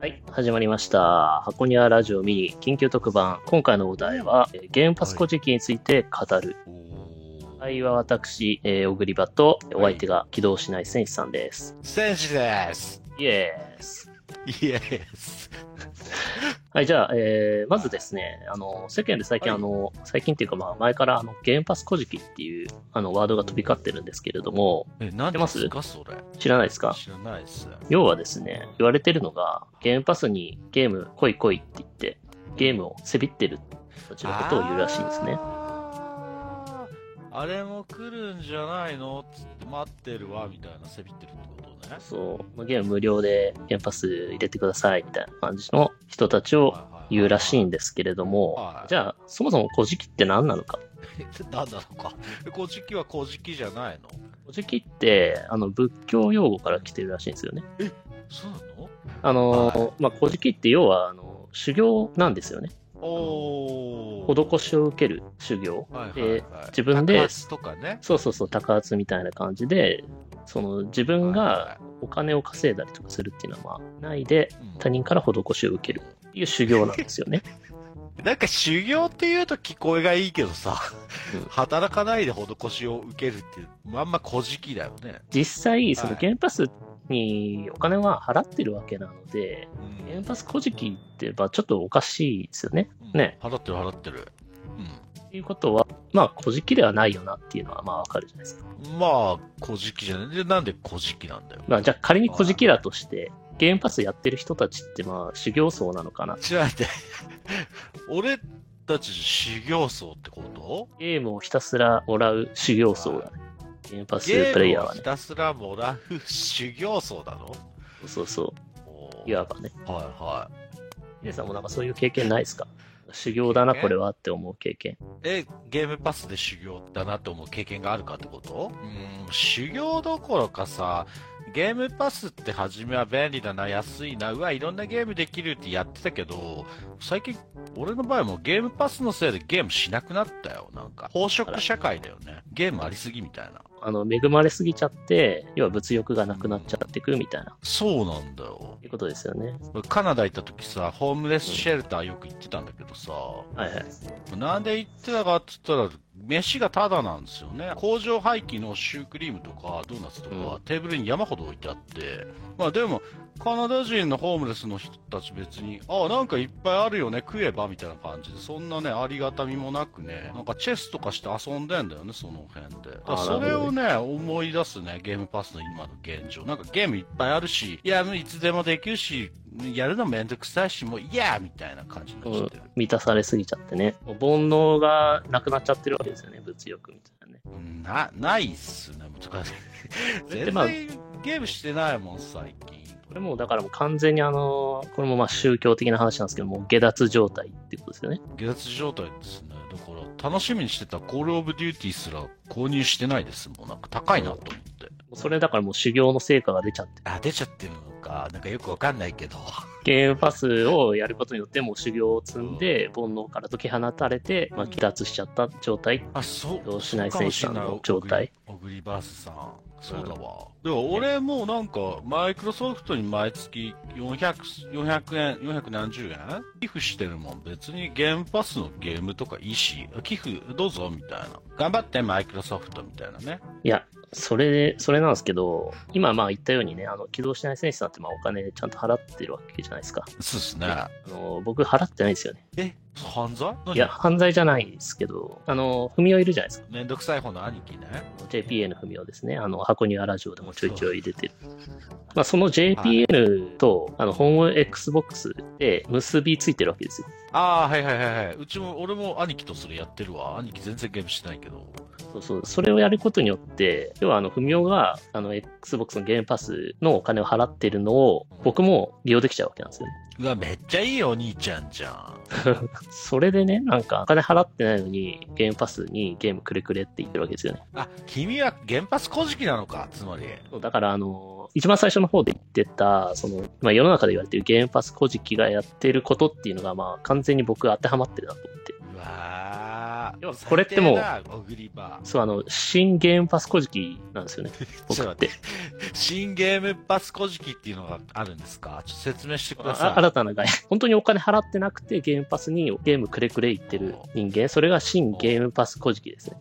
はい、始まりました。箱庭ラジオミニ緊急特番。今回のお題は、えーゲームパス古事記について語る。は。はいい、は私、えー、小栗場と、お相手が起動しない戦士さんです。戦士です。イエース。イエス。はい、じゃあ、えーまずですね、あの、世間で最近、はいあの、最近っていうか、まあ、前から、あの、ゲームパス古事記っていう、あの、ワードが飛び交ってるんですけれども、え、何てでますすかそれ。知らないですか知らないっす。要はですね、言われてるのが、ゲームパスにゲーム来い来いって言って、ゲームをせびってる人たちのことを言うらしいんですね。あー。あれも来るんじゃないのつって待ってるわみたいなせびってるってことね。そう、ゲーム無料でゲームパス入れてくださいみたいな感じの人たちをは言うらしいんだ。ですけれども、はいじゃあ、そもそも古事記って何なのか。なんだろうか。え古事記は古事記じゃないの古事記って、あの、仏教用語から来てるらしいんですよね。そうなのあの、はまあ、古事記って要は、あの、修行なんですよね。おー。施しを受ける修行。はいはいはいで、自分で高橋とかね。そうそうそう、高圧みたいな感じで、その自分はいがはいお金を稼いだりとかするっていうのは、まあ、ないでうん他人から施しを受けるっていう修行なんですよね。なんか修行っていうと聞こえがいいけどさうん、働かないで施しを受けるって、まんま小じきだよね。実際、そのはい原発にお金は払ってるわけなので、原発古事記ってばちょっとおかしいですよね。うんね払ってる払ってる。っていうことは、まあ、古事記ではないよなっていうのは、まあ、わかるじゃないですか。うん。まあ、小じきじゃない。で、なんで小じきなんだよ。まあ、じゃあ仮に古事記だとして、原発やってる人たちって、まあ、修行僧なのかな。ちょっと待って、 俺たち修行僧ってことゲームをひたすらもらう修行僧だね。原発ゲプレイーヤームをはねひ。たすらもらう修行僧なのそうそう。おーいわばね。はいはい。ヒデさんもなんかそういう経験ないですか修行だな、経験これはって思う経験。え、ゲームパスで修行だなって思う経験があるかってことうーん、修行どころかさ、ゲームパスって初めは便利だな、安いな、うわ、いろんなゲームできるってやってたけど、最近、俺の場合もうゲームパスのせいでゲームしなくなったよ、なんか。飽食社会だよね。ゲームありすぎみたいな。あの、恵まれすぎちゃって、要は物欲がなくなっちゃってくみたいな、そうなんだよ。いうことですよね。カナダ行った時さ、ホームレスシェルターよく行ってたんだけどさ、はいはい。なんで行ってたかって言ったら、飯がタダなんですよね。工場廃棄のシュークリームとかドーナツとかうはテーブルに山ほど置いてあって、まあでも、カナダ人のホームレスの人たち別に、ああ、なんかいっぱいあるよね、食えばみたいな感じで、そんなね、ありがたみもなくね、なんかチェスとかして遊んでんだよね、その辺で。だからあーそれなるほどをね、思い出すね、ゲームパスの今の現状。なんかゲームいっぱいあるし、いや、いつでもできるし、やるのめんどくさいし、もう、いやみたいな感じになっちゃってる。満たされすぎちゃってね。もう煩悩がなくなっちゃってるわけですよね、物欲みたいなね。な、ないっすね、難しい。全で然まあゲームしてないもん、最近。これもうだからもう完全にあの、これもまあ宗教的な話なんですけども、下脱状態ってことですよね。下脱状態ですね。だから、楽しみにしてたコールオブデューティーすら購入してないですもん。なんか高いなと思って。もうそれだからもう修行の成果が出ちゃってる。あ、出ちゃってるのか。なんかよくわかんないけど。ゲームパスをやることによってもう修行を積んで、煩悩から解き放たれて、まあ、下脱しちゃった状態あ、そう。どうしない選手さんの状態オグリバースさん。そうだわ。でも俺もうなんか、マイクロソフトに毎月400、400円、4何十円寄付してるもん。別にゲームパスのゲームとかいいし、寄付どうぞみたいな。頑張ってマイクロソフトみたいなね。いや、それで、それなんですけど、今まあ言ったようにね、あの、起動しない選手さんってまあお金ちゃんと払ってるわけじゃないですか。そうですね。あの、僕払ってないんですよね。え、犯罪いや、。犯罪じゃないですけど、あの、文雄いるじゃないですか。めんどくさい方の兄貴ね。 JPN 文雄ですね。あの、箱庭ラジオでもちょいちょい出てる。まあ、その JPN と、あの、ホーム Xbox で結びついてるわけですよ。ああ、はいはいはいはい。うちも、俺も兄貴とそれやってるわ。兄貴全然ゲームしてないけど。そうそう。それをやることによって、要はあの、文雄が、あの、Xbox のゲームパスのお金を払ってるのを、僕も利用できちゃうわけなんですよね。うわ、めっちゃいいお兄ちゃんじゃん。それでね、なんか、お金払ってないのに、ゲームパスにゲームくれくれって言ってるわけですよね。あ、君は原発古事記なのか、つまり。そうだから、あの、一番最初の方で言ってた、その、まあ、世の中で言われてるゲームパス古事記がやってることっていうのが、まあ、完全に僕当てはまってるなと思って。うわだ。やこれってもう最低だ小栗バーそう、あの、新ゲームパス小じきなんですよ ね。僕って。新ゲームバスこじきっていうのがあるんですかちょっと説明してくだあさい。新たな概念。 本当にお金払ってなくて、ゲームパスにゲームくれくれ言ってる人間、それが新ゲームパス小じきですね。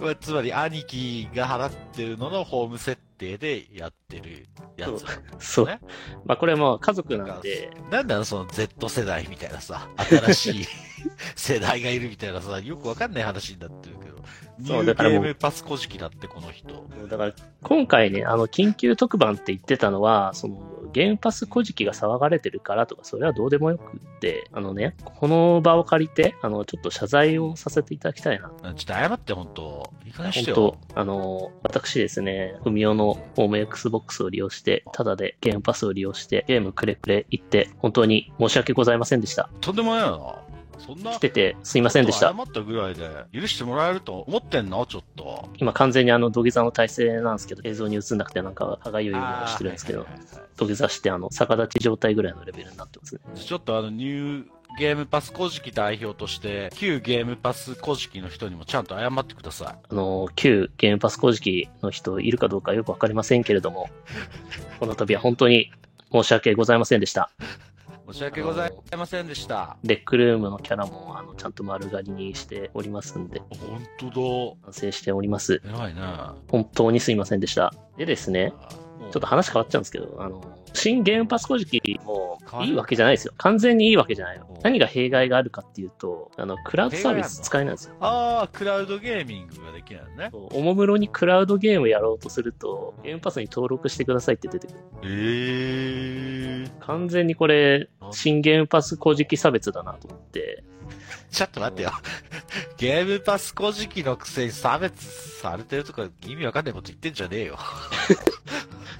まあつまり、兄貴が払ってるののホーム設定でやってるやつなんですそう。ね。まあ、これはもう家族なんで、なんだその Z 世代みたいなさ、新しい世代がいるみたいなさ、よくわかんない話になってるけど、ニそうュだからーゲもーうムパスこじきだって、この人。だから今回ね、あの、緊急特番って言ってたのは、その、ゲームパス小じきが騒がれてるからとか、それはどうでもよくって、あのね、この場を借りて、あの、ちょっと謝罪をさせていただきたいな。うんちょっと謝って、本当いい加減にして本よ当。あの、私ですね、ふみおのホーム Xbox を利用して、ただでゲームパスを利用して、ゲームくれくれ行って、本当に申し訳ございませんでした。とんでもないよな。そんな。来ててすいませんでした。ちょっと謝ったぐらいで、許してもらえると思ってんのちょっと。今完全にあの土下座の体勢なんですけど、映像に映んなくてなんか歯がゆい思いをしてるんですけあどー、はいはいはいはい土下座してあの逆立ち状態ぐらいのレベルになってますね。ちょっとあの、ニューゲームパス古事記代表として、旧ゲームパス古事記の人にもちゃんと謝ってくださあの、旧ゲームパス工事機の人いるかどうかよくわかりませんけれど も、この度は本当に申し訳ございませんでした。い。申し訳ございませんでした。レックルームのキャラもあのちゃんと丸刈りにしておりますんで、本当反省しております。だ。偉いな。本当にすいませんでした。でですね、ちちょっと話変わっちゃうんですけど、あの、新ゲームパス工事機も変わるいいわけじゃないですよ。完全にいいわけじゃないのおう。何が弊害があるかっていうと、あの、クラウドサービス使えないんですよ。ああ、クラウドゲーミングができないのね。おもむろにクラウドゲームやろうとすると、ゲームパスに登録してくださいって出てくる。えー。完全にこれあ、新ゲームパス工事機差別だなと思って、ちょっと待ってよ。ゲームパス古事記のくせに差別されてるとか意味わかんないこと言ってんじゃねえよ。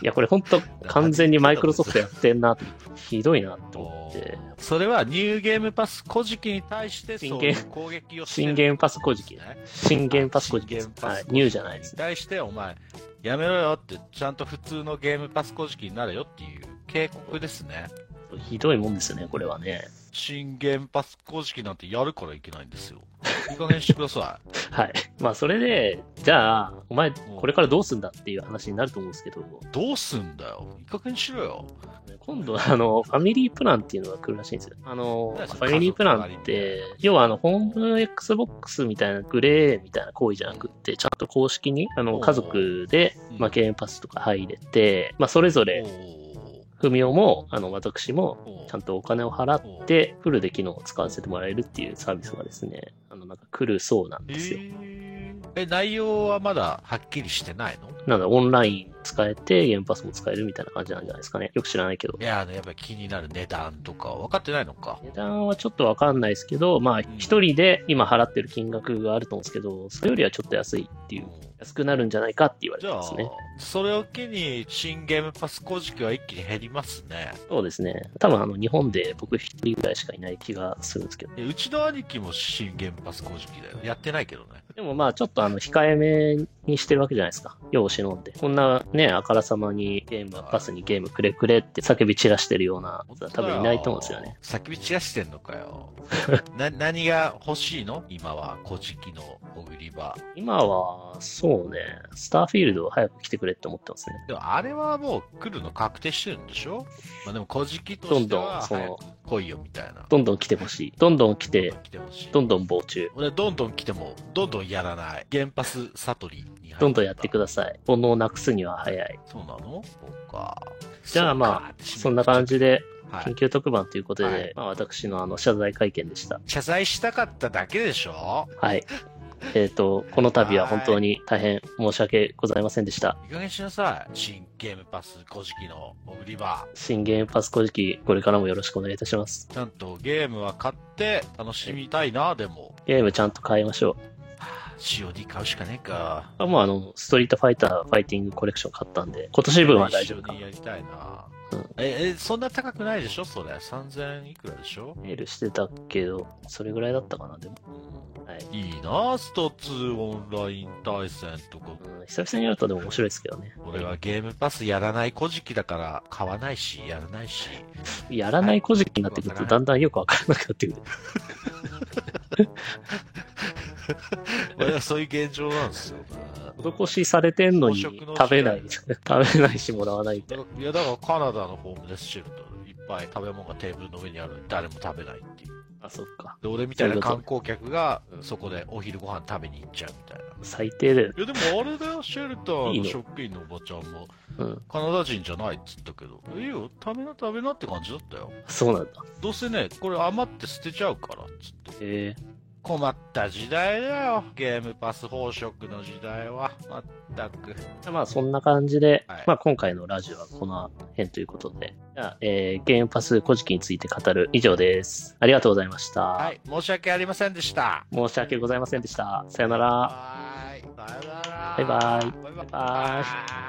いや、これ本当完全にマイクロソフトやってんなと思って、ひどいなと思って、それはニューゲームパス古事記に対してそういう攻撃をしてる新ゲームパス工事機ね。新ゲームパス工事機で新ゲーすム。パはスい、ニューじゃないですにね。対してお前、やめろよって、ちゃんと普通のゲームパス古事記になれよっていう警告ですね。ひどいもんですよね、これはね。新ゲームパス古事記なんてやるからいけないんですよ。いい加減にしてください。はい。まあ、それで、じゃあ、お前、これからどうすんだっていう話になると思うんですけど、どうすんだよ。いい加減にしろよ。今度は、あの、ファミリープランっていうのが来るらしいんですよ。あの、何フそれァミリープランって、要は、あの、ホーム Xbox みたいなグレーみたいな行為じゃなくって、ちゃんと公式に、あおの、う家族で、うんまあ、ゲームパスとか入れて、まあ、それぞれ、ふみおも、あの、私も、おーちゃんとお金を払って、フルで機能を使わせてもらえるっていうサービスがですね、あの、なんか来るそうなんえですよ。ーえ、内容はまだはっきりしてないのなんだ、オンライン使えて、ゲームパスも使えるみたいな感じなんじゃないですかね。よく知らないけどい。や、あのやっぱり気になる値段とか分かってないのか。値段はちょっとわかんないですけど、まあ、一人で今払ってる金額があると思うんですけど、それよりはちょっと安いっていう、安くなるんじゃないかって言われじてゃまあすね。、それを機に、新ゲームパス工事機は一気に減りますね。そうですね。多分あの、日本で僕一人ぐらいしかいない気がするんですけど。えうちの兄貴も新ゲームパス工事機だよ。やってないけどね。でもまあ、ちょっとあの、控えめにしてるわけじゃないですか。世を忍んで。こんなね、あからさまにゲームはパスにゲームくれくれって叫び散らしてるような、多分いないと思うんですよね。。叫び散らしてんのかよ。 な、何が欲しいの今は、古事記の小栗場。今は、そうね、スターフィールド早く来てくれって思ってますね。でも、あれはもう来るの確定してるんでしょまあでも、古事記とどしんてどは、ん、そ早のく、来いよみたいな。どんどん来てほしい。どんどん来て、来てほしい。どんどん傍中。俺、どんどん来ても、どんどんやらない。原発悟りに入ったどんどんやってください。煩悩をなくすには早い。そうなのそうか。じゃあまあ、そんな感じで、は緊い。急特番ということで、はいまあ、私のあの謝罪会見でした。謝罪したかっただけでしょ はい。えっ、と、この度は本当に大変申し訳ございませんでした。いい加減にしなさい。新ゲームパス、古事記の売り場。新ゲームパス古事記、これからもよろしくお願いいたします。ちゃんとゲームは買って楽しみたいな、でも。ゲームちゃんと変えましょう。はあ COD 買うしかねえか。あもうあの、ストリートファイターファイティングコレクション買ったんで、今年分は大丈夫か一緒にな。やりたいな。うんえ、え、そんな高くないでしょそれ。3000いくらでしょ、メールしてたけど、それぐらいだったかな、でも。うはい。ん、いいなスト2オンライン対戦とか。うん、久々にやるとでも面白いですけどね。俺はゲームパスやらない古事記だから、買わないし、やらないし。やらない古事記になってくると、だんだんよくわからなくなってくる。俺はそういう現状なんですよ。施しされてんのに、飽食食のべない、 食べないしもらわないって。いや、だからカナダのホームレスシェルター、いっぱい食べ物がテーブルの上にあるのに誰も食べないっていう。あ、そっか。で、俺みたいな観光客が、そこでお昼ご飯食べに行っちゃうみたいな。最低だよ。いや、でもあれだよ、シェルタいいーのの職員のおばちゃんも、うん。カナダ人じゃないっつったけど、いいよ、食べな食べなって感じだったよ。そうなんだ。どうせね、これ余って捨てちゃうからっつって。え困った時代だよ、ゲームパス飽食の時代は。まったく。ーまあ、そんな感じで、はいまあ、今回のラジオはこの辺ということで。じゃあ、えー、ゲームパス古事記について語る以上です。ありがとうございました。はい、申し訳ありませんでした。申し訳ございませんでした。さよなら。はーい、さよなら。バイバイバイバイ。バイバイ